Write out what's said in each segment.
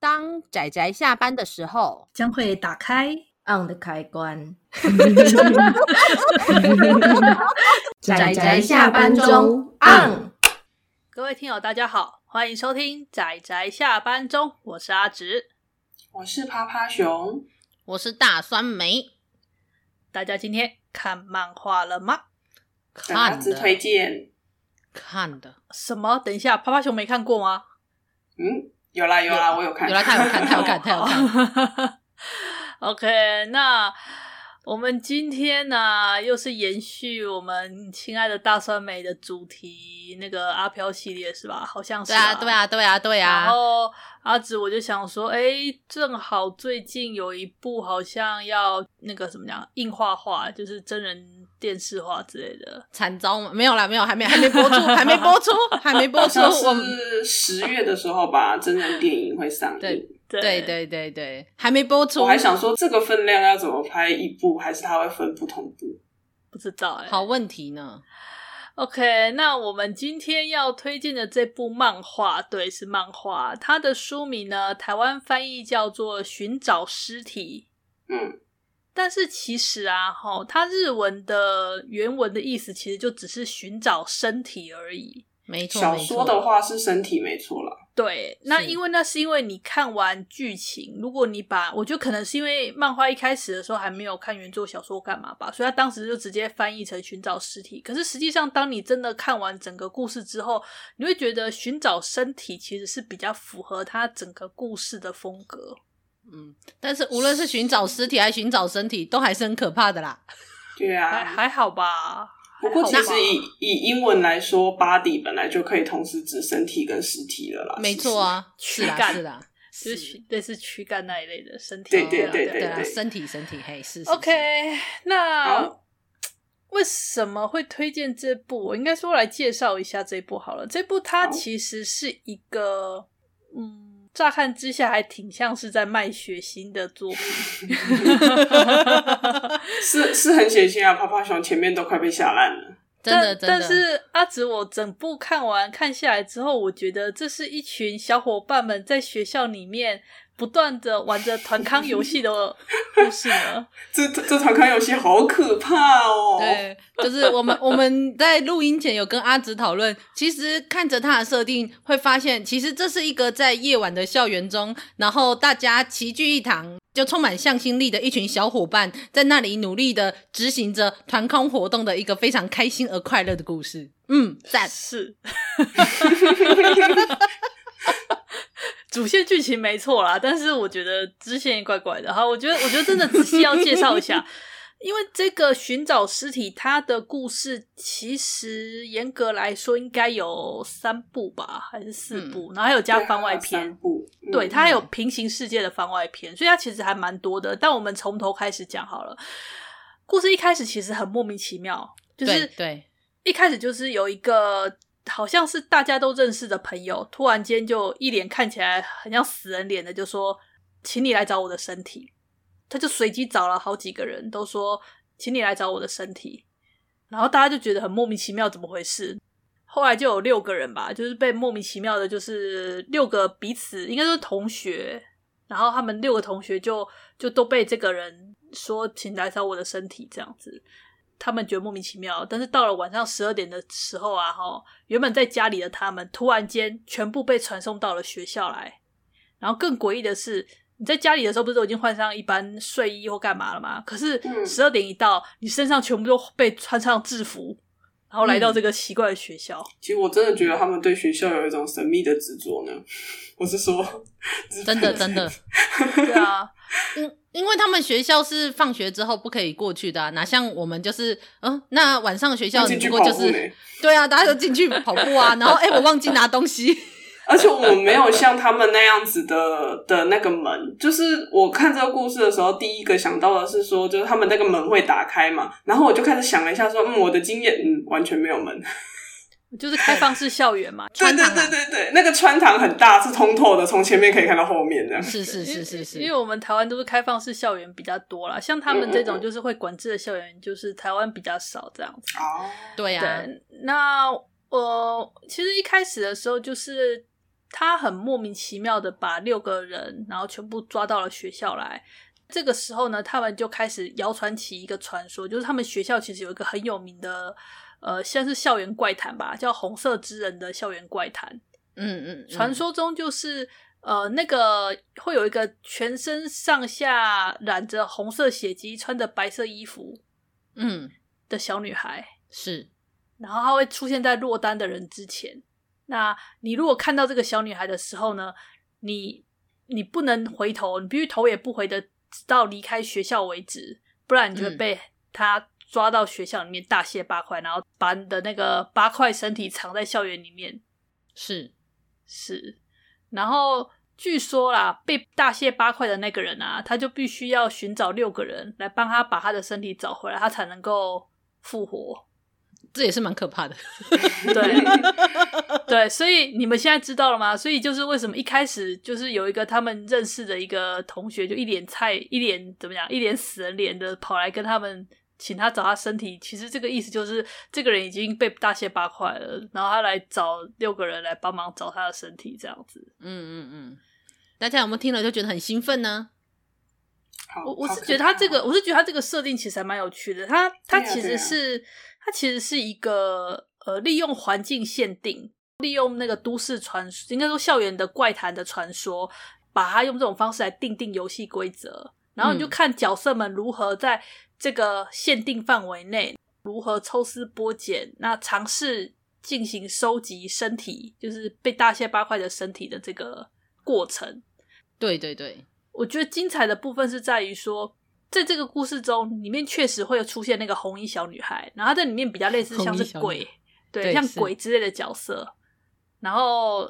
当仔仔下班的时候，将会打开。 on 的开关。宅宅下班中 on。各位听友，大家好，欢迎收听《仔仔下班中》，我是阿直。我是趴趴熊，我是大酸梅，大家今天看漫画了吗？等阿看直啊推啊的荐。看的，什么？等一下，趴趴熊没看过吗？嗯，有啦有啦，我有看，有啦，他有 看，他有看，他有看。看。OK，那我们今天呢，又是延续我们亲爱的大酸梅的主题，那个阿飘系列是吧？好像是对啊，对啊，对啊，对然啊。后阿紫，我就想说，哎，正好最近有一部好像要那个怎么讲，硬化化，就是真人电视化之类的。惨遭吗没有啦，没有，还没还没播出，还没播出，还没播好出。像我们是十月的时候吧，真人电影会上对映。对对对对对，还没播出我。还想说，这个分量要怎么拍一部，还是它会分不同部？不知道哎。好问题呢， OK，那我们今天要推荐的这部漫画，对，是漫画，它的书名呢，台湾翻译叫做《寻找尸体》。嗯，但是其实啊，吼，它日文的原文的意思其实就只是寻找身体而已。没错。小没错说的，话是身体没错啦，对，那是因为那是因为你看完剧情，如果你把我觉得可能是因为漫画一开始的时候还没有看原作小说干嘛吧，所以他当时就直接翻译成寻找尸体。可是实际上，当你真的看完整个故事之后，你会觉得寻找身体其实是比较符合他整个故事的风格。嗯，但是无论是寻找尸体还是寻找身体，都还是很可怕的啦。对还啊。还好吧，不过其还好吧实以以英文来说，body 本来就可以同时指身体跟实体了啦。没其实错。啊，是躯啦干是啦，就是是躯类似躯干那一类的身体。对对啊对对对啦，对身体身体，嘿，是是是 OK，那好为什么会推荐这部？我应该说来介绍一下这部好了。这部它好其实是一个，嗯，乍看之下还挺像是在卖血腥的 作品。是是很血腥啊！趴趴熊前面都快被吓烂了。真的真但但的。是阿紫，我整部看完看下来之后，我觉得这是一群小伙伴们在学校里面不断的玩着团康游戏的故事呢。这这这团康游戏好可怕哦！对，就是我们我们在录音前有跟阿紫讨论，其实看着它的设定，会发现其实这是一个在夜晚的校园中，然后大家齐聚一堂，就充满向心力的一群小伙伴，在那里努力的执行着团康活动的一个非常开心而快乐的故事。嗯，赞。 是， 主线剧情没错啦，但是我觉得支线也怪怪的。好，我觉得我觉得真的仔细要介绍 一下，因为这个寻找尸体，它的故事其实严格来说应该有三部吧，还是四嗯部，然后还有加番外篇三。部，嗯对，它还有平行世界的番外篇，所以它其实还蛮多的。但我们从头开始讲好了。故事一开始其实很莫名其妙，就是对对一开始就是有一个好像是大家都认识的朋友，突然间就一脸看起来很像死人脸的，就说：“请你来找我的身体。”他就随机找了好几个人，都说：“请你来找我的身体。”然后大家就觉得很莫名其妙，怎么回事？后来就有六个人吧，就是被莫名其妙的，就是六个彼此应该是同学，然后他们六个同学就就都被这个人说请来找我的身体这样子，他们觉得莫名其妙。但是到了晚上十二点的时候啊，哈，原本在家里的他们突然间全部被传送到了学校来。然后更诡异的是，你在家里的时候不是都已经换上一般睡衣或干嘛了吗？可是嗯十二点一到，你身上全部都被穿上制服，然后来到这个奇怪的学校。其实我真的觉得他们对学校有一种神秘的执着呢。 我是说， 真的真的， 对啊，因因为他们学校是放学之后不可以过去的、啊，哪像我们就是，嗯，那晚上学校进不去过跑就步欸呢是，。对啊，大家就进去跑步 啊，然后哎、我忘记拿东西， 而且我们没有像他们那样子的的那个门，就是我看这个故事的时候，第一个想到的是说，就是他们那个门会打开嘛，然后我就开始想了一下说，嗯，我的经验，嗯，完全没有门。 就是开放式校园嘛，对穿对堂对啊，对对，那个穿堂很大，是通透的，从前面可以看到后面这样。是 是因为是是是，因为我们台湾都是开放式校园比较多啦，像他们这种就是会管制的校园，就是台湾比较少这样子。哦，对啊，对，那呃，其实一开始的时候就是他很莫名其妙的把六个人，然后全部抓到了学校来。这个时候呢，他们就开始谣传起一个传说，就是他们学校其实有一个很有名的，呃，像是校园怪谈吧，叫“红色之人”的校园怪谈。嗯嗯，传说中就是呃，那个会有一个全身上下染着红色血迹、穿着白色衣服嗯的小女孩，是然后她会出现在落单的人之前。那你如果看到这个小女孩的时候呢，你你不能回头，你必须头也不回的，直到离开学校为止，不然你就会嗯被她抓到学校里面大卸八块，然后把你的那个八块身体藏在校园里面。是是，然后据说啦，被大卸八块的那个人啊，他就必须要寻找六个人来帮他把他的身体找回来，他才能够复活。这也是蛮可怕的。对对，所以你们现在知道了吗？所以就是为什么一开始就是有一个他们认识的一个同学，就一脸菜，一脸怎么讲，一脸死人脸的跑来跟他们。请他找他身体，其实这个意思就是这个人已经被大卸八块了，然后他来找六个人来帮忙找他的身体，这样子。嗯嗯嗯，大家有没有听了就觉得很兴奋呢？好我我好是可觉得他怕哦这个，我是觉得他这个设定其实还蛮有趣的。他他对啊其对实啊是、他其实是一个呃，利用环境限定，利用那个都市传说，应该说校园的怪谈的传说，把它用这种方式来定定游戏规则，然后你就嗯看角色们如何在这个限定范围内如何抽丝剥茧，那尝试进行收集身体，就是被大卸八块的身体的这个过程。对对对，我觉得精彩的部分是在于说，在这个故事中，里面确实会有出现那个红衣小女孩，然后她在里面比较类似像红衣是小女鬼孩，对，对像是鬼之类的角色。然后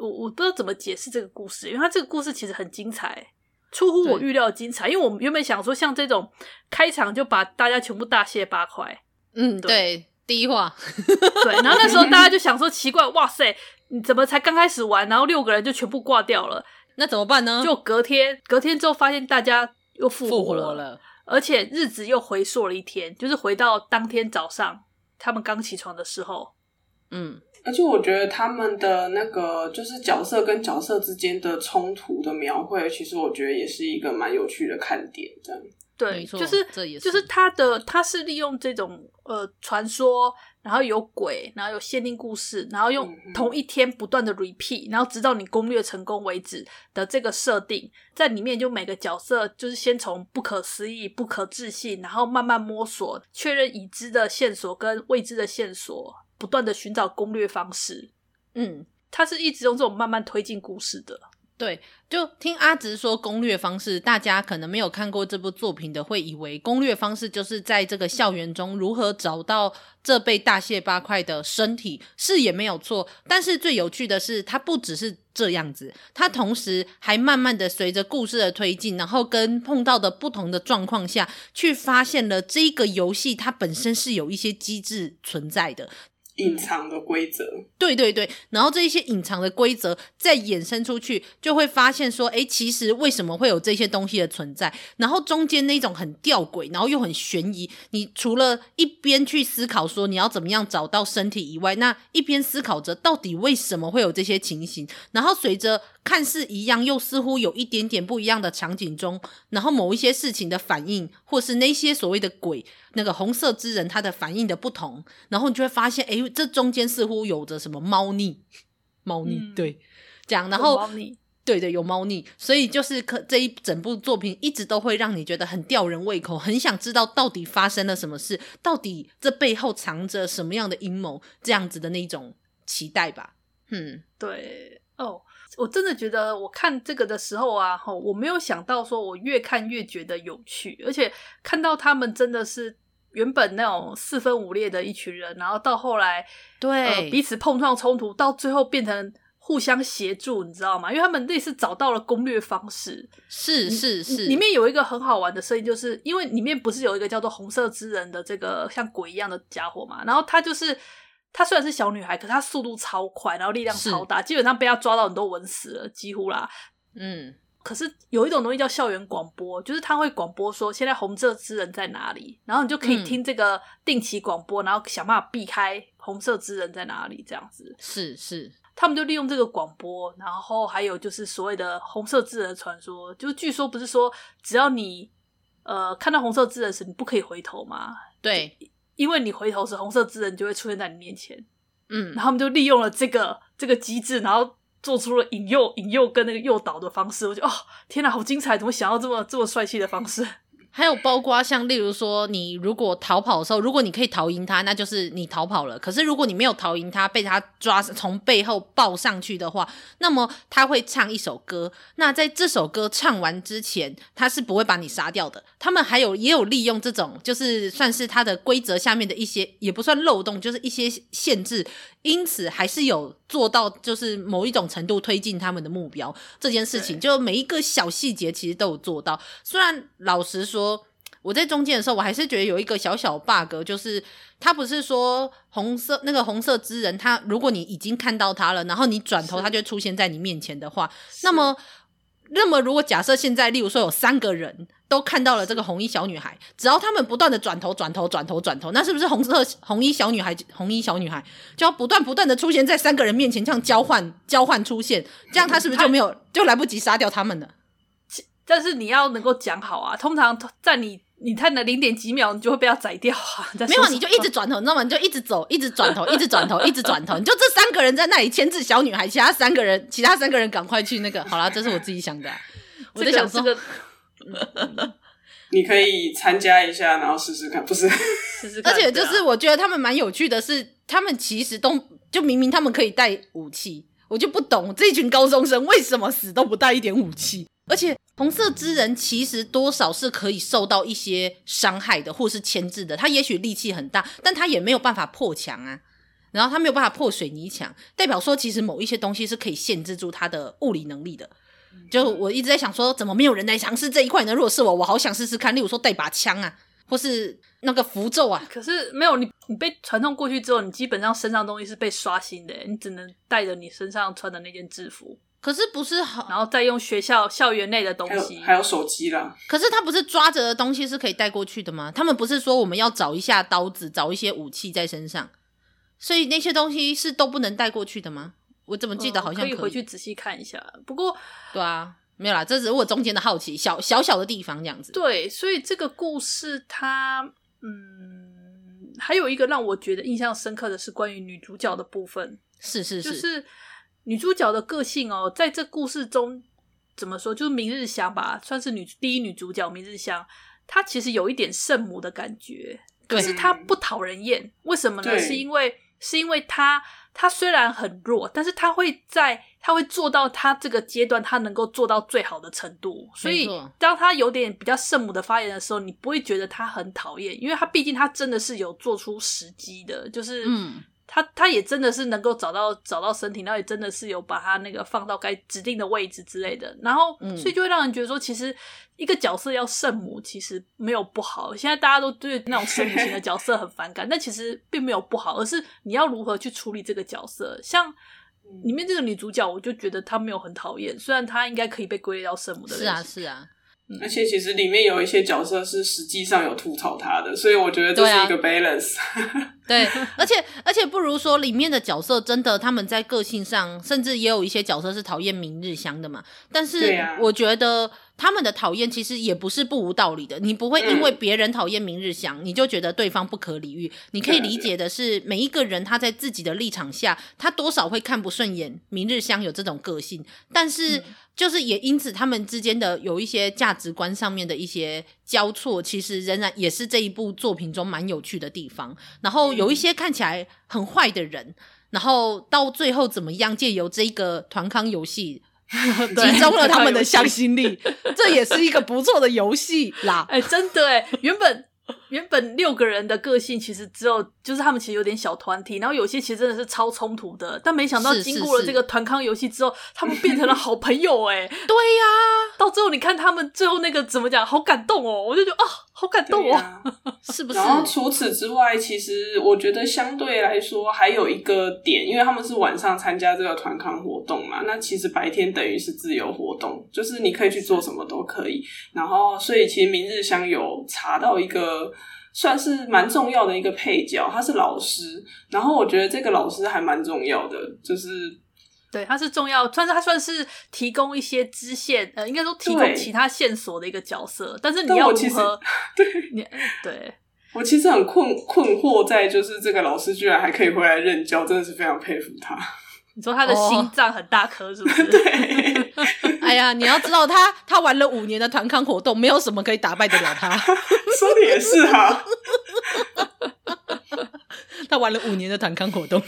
我我不知道怎么解释这个故事，因为它这个故事其实很精彩，出乎我对预料的精彩。因为我们原本想说，像这种开场就把大家全部大卸八块，嗯对对，第一话，对，然后那时候大家就想说，奇怪，哇塞，你怎么才刚开始玩，然后六个人就全部挂掉了？那怎么办呢？就隔天，隔天之后发现大家又复复活活了，了。而且日子又回溯了一天，就是回到当天早上他们刚起床的时候。嗯，而且我觉得他们的那个就是角色跟角色之间的冲突的描绘，其实我觉得也是一个蛮有趣的看点。这样，对，没错就是这也就是是他的他是利用这种呃传说，然后有鬼，然后有限定故事，然后用嗯嗯同一天不断的 repeat，然后直到你攻略成功为止的这个设定，在里面就每个角色就是先从不可思议、不可置信，然后慢慢摸索，确认已知的线索跟未知的线索，不断的寻找攻略方式。嗯，他是一直用这种慢慢推进故事的，对，就听阿直说攻略方式，大家可能没有看过这部作品的，会以为攻略方式就是在这个校园中如何找到这被大卸八块的身体，是也没有错。但是最有趣的是，它不只是这样子，它同时还慢慢的随着故事的推进，然后跟碰到的不同的状况下去发现了这个游戏它本身是有一些机制存在的，嗯隐藏的规则，对对对，然后这一些隐藏的规则再衍生出去，就会发现说，诶，其实为什么会有这些东西的存在？然后中间那种很吊诡，然后又很悬疑，你除了一边去思考说你要怎么样找到身体以外，那一边思考着到底为什么会有这些情形。然后随着看似一样，又似乎有一点点不一样的场景中，然后某一些事情的反应，或是那些所谓的鬼，那个红色之人他的反应的不同，然后你就会发现，诶，这中间似乎有着什么猫腻，猫腻、嗯对，这样，然有后猫腻对对有猫腻，所以就是可这一整部作品一直都会让你觉得很吊人胃口，很想知道到底发生了什么事，到底这背后藏着什么样的阴谋，这样子的那种期待吧，嗯对哦，我真的觉得我看这个的时候啊，吼，我没有想到说我越看越觉得有趣，而且看到他们真的是原本那种四分五裂的一群人，然后到后来呃对彼此碰撞冲突，到最后变成互相协助，你知道吗？因为他们类似找到了攻略方式，是是是，里面有一个很好玩的设定，就是因为里面不是有一个叫做红色之人的这个像鬼一样的家伙嘛，然后他就是他虽然是小女孩，可是他速度超快，然后力量是超大，基本上被他抓到你都稳死了，几乎啦。嗯可是有一种东西叫校园广播，就是他会广播说现在红色之人在哪里，然后你就可以嗯听这个定期广播，然后想办法避开红色之人在哪里这样子。是是他们就利用这个广播，然后还有就是所谓的红色智人传说，就是据说不是说只要你呃看到红色智人时，你不可以回头嘛，对，因为你回头时，红色智人就会出现在你面前。嗯然，后他们就利用了这个这个机制，然后做出了引诱、引诱跟那个诱导的方式。我就哦，天哪，好精彩！怎么想到这么这么帅气的方式？ 还有包括像例如说，你如果逃跑的时候，如果你可以逃赢他，那就是你逃跑了。可是如果你没有逃赢他，被他抓从背后抱上去的话，那么他会唱一首歌。那在这首歌唱完之前，他是不会把你杀掉的。他们还有也有利用这种，就是算是他的规则下面的一些，也不算漏洞，就是一些限制。因此还是有做到，就是某一种程度推进他们的目标这件事情，对就每一个小细节其实都有做到。虽然老实说，我在中间的时候，我还是觉得有一个小小 bug，就是他不是说红色那个红色之人，他如果你已经看到他了，然后你转头是他就出现在你面前的话，那么，那么如果假设现在，例如说有三个人都看到了这个红衣小女孩，只要他们不断的转头、转头、转头、转头，那是不是红色红衣小女孩、红衣小女孩就要不断不断的出现在三个人面前，这样交换、交换出现，这样他是不是就没有就来不及杀掉他们了？但是你要能够讲好啊。通常在你你看了零点几秒，你就会被他宰掉啊。 在没说有，什你就么一直转头，你知道吗？你就一直走，一直转头， 一直转头，一直转头，你就这三个人在那里牵制小女孩，其他三个人，其他三个人赶快去那个。好啦，这是我自己想的啊、我在这个想说，这个你可以参加一下，然后试试看，不是？试试看而且就对啊是我觉得他们蛮有趣的是，他们其实都就明明他们可以带武器，我就不懂这群高中生为什么死都不带一点武器。而且红色之人其实多少是可以受到一些伤害的，或是牵制的。他也许力气很大，但他也没有办法破墙啊。然后他没有办法破水泥墙，代表说其实某一些东西是可以限制住他的物理能力的。嗯就我一直在想说，怎么没有人来尝试这一块呢？如果是我，我好想试试看。例如说带把枪啊，或是那个符咒啊，可是没有你，你被传送过去之后，你基本上身上东西是被刷新的，欸你只能带着你身上穿的那件制服，可是不是好？然后再用学校校园内的东还西有。还有手机啦，可是他不是抓着的东西是可以带过去的吗？他们不是说我们要找一下刀子，找一些武器在身上，所以那些东西是都不能带过去的吗？我怎么记得嗯好像可以回去仔细看一下。不过，对啊，没有啦，这只是我中间的好奇，小小小的地方这样子。对，啊所以这个故事它，嗯，还有一个让我觉得印象深刻的是关于女主角的部分，是是，就是是女主角的个性哦，在这故事中怎么说，就是明日香吧，算是女第一女主角明日香，她其实有一点圣母的感觉，对可是她不讨人厌，为什么呢？对是因为是因为她她虽然很弱，但是她会在她会做到她这个阶段，她能够做到最好的程度。所以错当她有点比较圣母的发言的时候，你不会觉得她很讨厌，因为她毕竟她真的是有做出时机的，就是嗯她她也真的是能够找到找到身体，然后也真的是有把她那个放到该指定的位置之类的，然后嗯所以就会让人觉得说，其实一个角色要圣母其实没有不好。现在大家都对那种圣母型的角色很反 感，但其实并没有不好，而是你要如何去处理这个角色。像嗯里面这个女主角，我就觉得她没有很讨厌，虽然她应该可以被归类到圣母的类是型。啊是啊，而且其实里面有一些角色是实际上有吐槽他的，所以我觉得这对啊是一 个 balance。对，而且而且不如说里面的角色真的他们在个性上，甚至也有一些角色是讨厌明日香的嘛。但是对啊我觉得他们的讨厌其实也不是不无道理的，你不会因为嗯别人讨厌明日香，你就觉得对方不可理喻。你啊可以理解的是，每一个人他在自己的立场下，他多少会看不顺眼明日香有这种个性，但是。嗯就是也因此，他们之间的有一些价值观上面的一些交错，其实仍然也是这一部作品中蛮有趣的地方。然后有一嗯些看起来很坏的人，然后到最后怎么样，借由这个团康游戏， 对集中了他们的向心力，这也是一个不错的游戏啦。 哎、真的哎，原本原本六个人的个性其实只有，就是他们其实有点小团体，然后有些其实真的是超冲突的，但没想到是经是过了是这个团康游戏之后，他们变成了好朋友 哎。对呀、到最后你看他们最后那个怎么讲，好感动哦，我就觉得啊、好感动对哦。 啊是不是然？后除此之外，其实我觉得相对来说还有一个点，因为他们是晚上参加这个团康活动嘛，那其实白天等于是自由活动，就是你可以去做什么都可以。然后，所以其实明日香有查到一个算是蛮重要的一个配角，他是老师。然后我觉得这个老师还蛮重要的，就是对，它是重要，算是它算是提供一些支线，呃，应该说提供对其他线索的一个角色。但是你但要我如其实何？对你对我其实很困困惑在，就是这个老师居然还可以回来任教，真的是非常佩服 他。 你说他的哦心脏很大颗是不是？对，哎呀，你要知道他，他玩了五年的团康活动，没有什么可以打败得了他。 说的也是啊哈、他玩了五年的团康活动，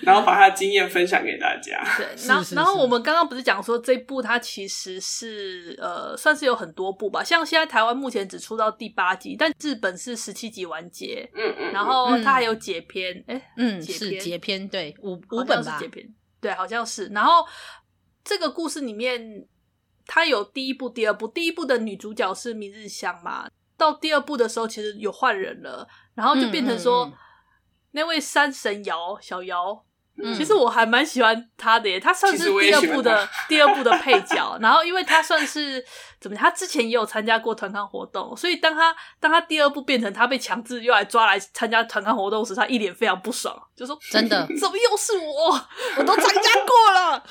然后把他的经验分享给大家。对，是然后是然后是我们刚刚不是讲说这部它其实是呃算是有很多部吧，像现在台湾目前只出到第八集，但日本是十七集完结，嗯嗯，然后嗯它还有解篇，哎、嗯，解是篇截篇，对，五五好像本是吧解，篇，对，好像是。然后这个故事里面，它有第一部、第二部。第一部的女主角是明日香嘛，到第二部的时候其实有换人了，然后就变成嗯说、嗯嗯那位山神瑶小瑶。嗯其实我还蛮喜欢她的耶，她算其是实我也第二喜欢部的第二部的配角。然后，因为她算是怎么讲，她之前也有参加过团康活动，所以当她当她第二部变成她被强制又来抓来参加团康活动时，她一脸非常不爽，就说：“真的怎么又是我？”我都参加过了。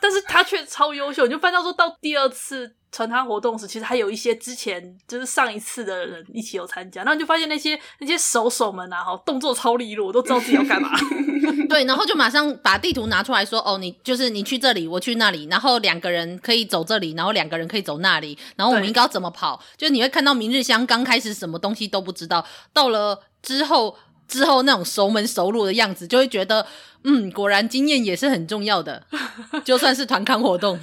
但是他却超优秀，你就翻到说到第二次传他活动时，其实还有一些之前就是上一次的人一起有参加，然后你就发现那些那些手手们啊，哈，动作超利落，我都知道自己要干嘛。 对，然后就马上把地图拿出来说，哦，你就是你去这里，我去那里，然后两个人可以走这里，然后两个人可以走那里，然后我们对应该要怎么跑？就是你会看到明日香刚开始什么东西都不知道，到了之后之后那种熟门熟路的样子，就会觉得，嗯，果然经验也是很重要 的，就算是团康活动，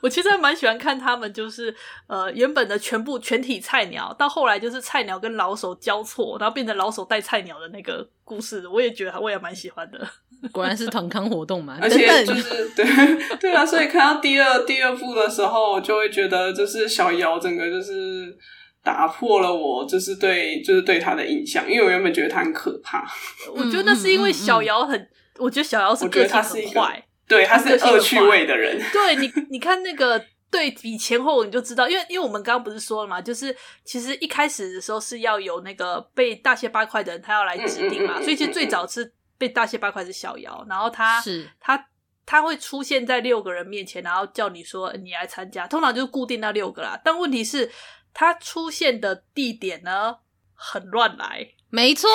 我其实还蛮喜欢看他们，就是呃原本的全部全体菜鸟，到后来就是菜鸟跟老手交错，然后变成老手带菜鸟的那个故事，我也觉得我也蛮喜欢的。果然是团康活动嘛。而等且就等，是对 对啊，所以看到第二第二部的时候，我就会觉得就是小瑶整个就是打破了我就是对就是对他的印象，因为我原本觉得他很可怕，我觉得那是因为小瑶很，我觉得小瑶是我个觉得性他是一很个坏。对他是个性很恶趣味的人，对你，你看那个对比前后，你就知道，因为因为我们刚刚不是说了嘛，就是其实一开始的时候是要有那个被大卸八块的人，他要来指定嘛，嗯嗯嗯嗯所以其实最早是被大卸八块是小姚，然后他是他他会出现在六个人面前，然后叫你说呃你来参加，通常就是固定那六个啦。但问题是，他出现的地点呢很乱来，没错。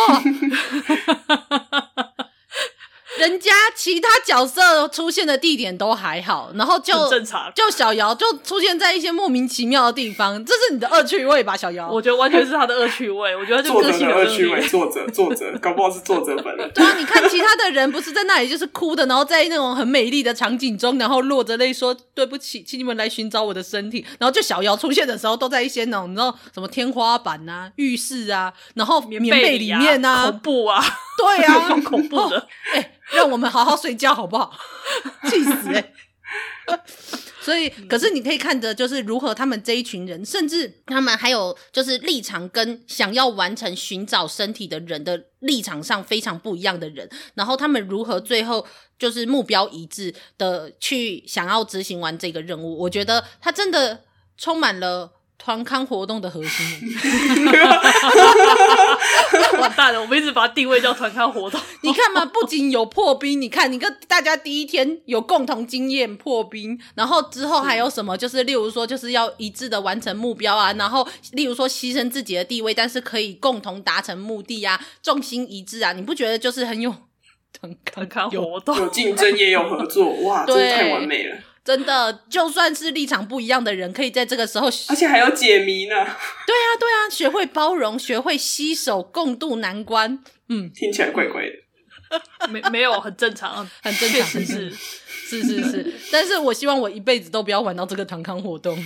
人家其他角色出现的地点都还好，然后就很正常。就小姚就出现在一些莫名其妙的地方，这是你的恶趣味吧，小姚？我觉得完全是他的恶趣味，我觉得就作个者性的有恶问趣题。味，作者作者，搞不好是作者本人。对啊，你看其他的人不是在那里就是哭的，然后在那种很美丽的场景中，然后落着泪说对不起，请你们来寻找我的身体。然后就小姚出现的时候，都在一些那种你知道什么天花板啊、浴室啊，然后棉被里啊面 啊，恐怖啊，对啊，超恐怖 的。哎、让我们好好睡觉好不好？气死哎、所以，可是你可以看着，就是如何他们这一群人，甚至他们还有就是立场跟想要完成寻找身体的人的立场上非常不一样的人，然后他们如何最后就是目标一致的去想要执行完这个任务，我觉得他真的充满了团康活动的核心。完蛋了，我们一直把它定位叫团刊活动。你看嘛，不仅有破冰，你看，你跟大家第一天有共同经验破冰，然后之后还有什么？就是例如说，就是要一致的完成目标啊，然后例如说牺牲自己的地位，但是可以共同达成目的啊，众心一致啊，你不觉得就是很有很团很刊有活动，有竞争也有合作，哇，真对的太完美了！真的，就算是立场不一样的人，可以在这个时候学，而且还有解谜呢，对啊，对啊，学会包容，学会携手共度难关，嗯，听起来怪怪的。没没有很正常，很正确常，实是。 是是是，但是我希望我一辈子都不要玩到这个团康活动。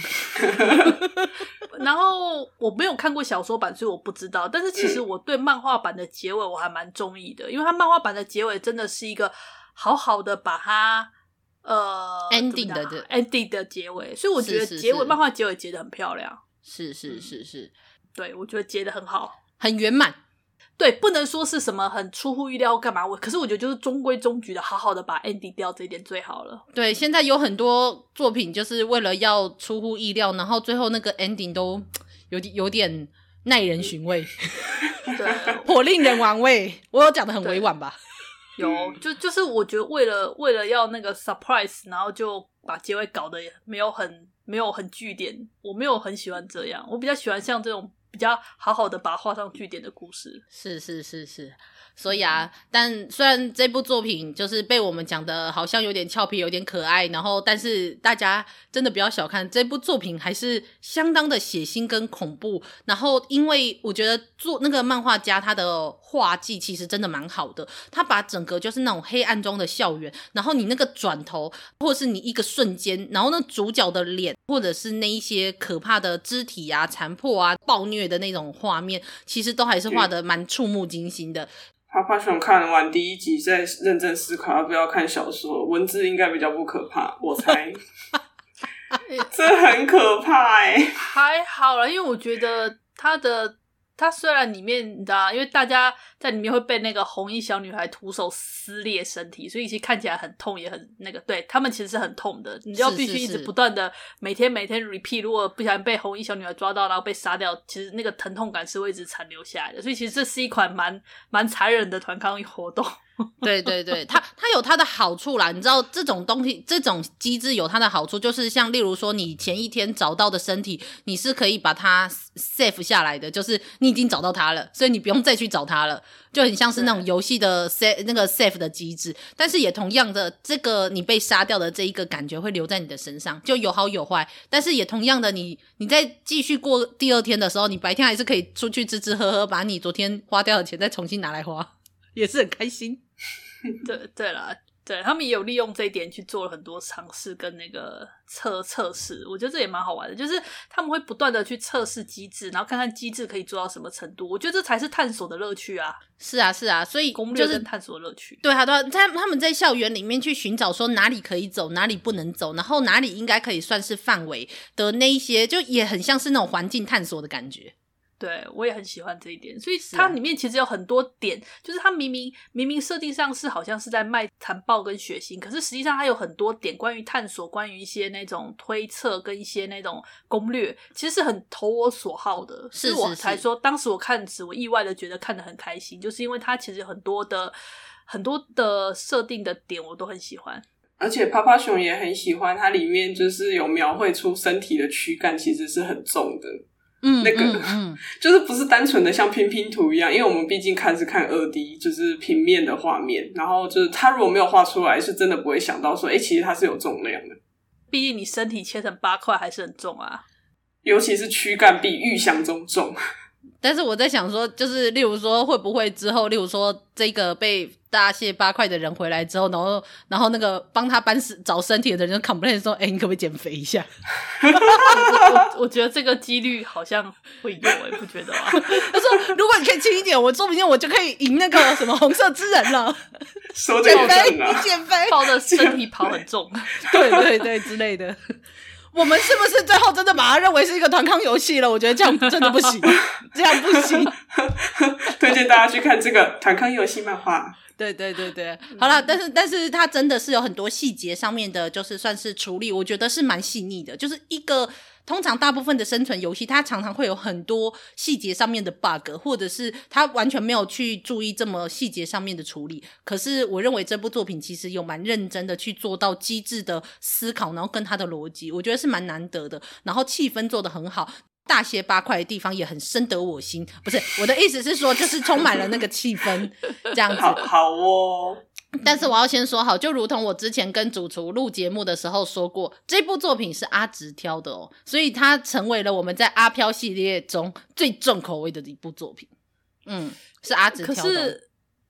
然后我没有看过小说版，所以我不知道。但是嗯其实我对漫画版的结尾我还蛮中意的，因为它漫画版的结尾真的是一个好好的把它呃 Ending 的怎么讲 ending 的结尾，所以我觉得是是结尾是漫画结尾结的很漂亮。是是嗯是是，对，我觉得结的很好。很圆满。对，不能说是什么很出乎意料干嘛，我可是我觉得就是中规中矩的，好好的把 ending 掉这一点最好了。对，现在有很多作品就是为了要出乎意料，然后最后那个 ending 都有点有点 耐人寻味，对， 颇令人玩味。我有讲的很对委婉吧？有，嗯就就是我觉得为了为了要那个 surprise，然后就把结尾搞得也没有很没有很据点，我没有很喜欢这样，我比较喜欢像这种比较好好的把它画上据点的 故事。是是是是，所以啊，但虽然这部作品就是被我们讲的好像有点俏皮，有点可爱，然后但是大家真的不要小看这部作品，还是相当的血腥跟恐怖。然后因为我觉得做那个漫画家他的画技其实真的蛮好的，他把整个就是那种黑暗中的校园，然后你那个转头，或是你一个瞬间，然后那主角的脸，或者是那一些可怕的肢体啊、残破啊、暴虐的那种画面，其实都还是画的蛮触目惊心的。他怕熊看完第一集再认真思考要不要看小说，文字应该比较不可怕，我猜。 这很可怕哎、还好啦，因为我觉得它的它虽然里面你知道啊，因为大家在里面会被那个红衣小女孩徒手撕裂身体，所以其实看起来很痛，也很那个。对他们其实是很痛的，你要是必须是一直是不断的每天每天 repeat。如果不小心被红衣小女孩抓到，然后被杀掉，其实那个疼痛感是会一直残留下来的。所以其实这是一款蛮蛮残忍的团康活动。 对对对，它它有它的好处啦，你知道这种东西，这种机制有它的好处，就是像例如说，你前一天找到的身体，你是可以把它 save 下来的，就是你已经找到它了，所以你不用再去找它了，就很像是那种对游戏的 save 那个 save 的机制，但是也同样的，这个你被杀掉的这一个感觉会留在你的身上，就有好有坏，但是也同样的你，你在继续过第二天的时候，你白天还是可以出去吃吃喝喝，把你昨天花掉的钱再重新拿来花，也是很开心。对对啦，对他们也有利用这一点去做了很多尝试跟那个测测试，我觉得这也蛮好玩的。就是他们会不断的去测试机制，然后看看机制可以做到什么程度。我觉得这才是探索的乐趣啊，是啊，是啊，所以攻就略是跟探索的乐趣。对啊，对啊，在他们在校园里面去寻找说哪里可以走，哪里不能走，然后哪里应该可以算是范围的那一些，就也很像是那种环境探索的感觉。对我也很喜欢这一点，所以是啊它里面其实有很多点，就是它明明明明设定上是好像是在卖残暴跟血腥，可是实际上它有很多点关于探索，关于一些那种推测跟一些那种攻略，其实是很投我所好的。是所以我是才是说，当时我看时，我意外的觉得看得很开心，就是因为它其实有很多的很多的设定的点我都很喜欢。而且趴趴熊也很喜欢，它里面就是有描绘出身体的躯干其实是很重的，嗯，那个嗯嗯，就是不是单纯的像拼拼图一样，因为我们毕竟看是看二 D，就是平面的画面，然后就是它如果没有画出来，是真的不会想到说，哎、其实它是有重量的，毕竟你身体切成八块还是很重啊， 尤其是躯干比预想中重。但是我在想说，就是例如说，会不会之后，例如说这个被大卸八块的人回来之后，然后然后那个帮他搬尸找身体的人就 complain 说，哎、你可不可以减肥一下？ 我我我觉得这个几率好像会有、欸，不觉得吗？他说，如果你可以轻一点，我说不定我就可以赢那个什么红色之人 了。说的减也肥，正啊你，减肥。抱着身体跑很重， 对对对之类的。 我们是不是最后真的把它认为是一个团康游戏了？我觉得这样真的不 行，这样不行。推荐大家去看这个《坦康游戏漫画对对对对，好了，但是但是它真的是有很多细节上面的，就是算是处理，我觉得是蛮细腻的。就是一个通常大部分的生存游戏，它常常会有很多细节上面的 bug，或者是它完全没有去注意这么细节上面的处理。可是我认为这部作品其实有蛮认真的去做到机智的思考，然后跟它的逻辑，我觉得是蛮难得的。然后气氛做得很好。大卸八块的地方也很深得我心，不是我的意思是说，就是充满了那个气氛，这样》子。好，好哦。但是我要先说好，就如同我之前跟主厨录节目的时候说过，这部作品是阿直挑的哦，所以它成为了我们在阿飘系列中最重口味的一部作品。嗯，是阿直可挑的哦。是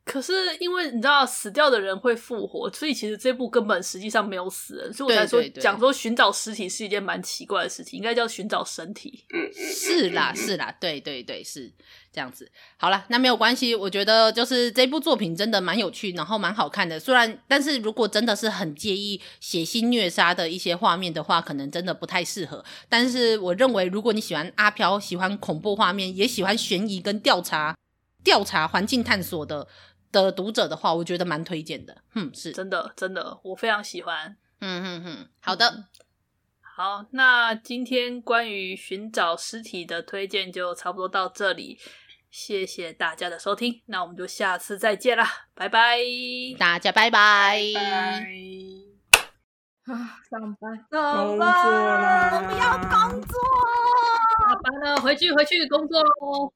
可是因为你知道死掉的人会复活，所以其实这部根本实际上没有死人，所以我才说对对对讲说寻找尸体是一件蛮奇怪的事情，应该叫寻找身体。是啦，是啦，对对对，是这样子。好了，那没有关系，我觉得就是这部作品真的蛮有趣，然后蛮好看的。虽然，但是如果真的是很介意血腥虐杀的一些画面的话，可能真的不太适合。但是我认为，如果你喜欢阿飘，喜欢恐怖画面，也喜欢悬疑跟调查、调查环境探索的的读者的话，我觉得蛮推荐的。嗯，是，真的真的，我非常喜欢。嗯嗯嗯，好的。嗯好，那今天关于寻找尸体的推荐就差不多到这里。谢谢大家的收听，那我们就下次再见啦，拜拜。嗯大家拜拜。拜。啊，上班，工上班，作啦！我不要工作。下班了，回去回去工作喽。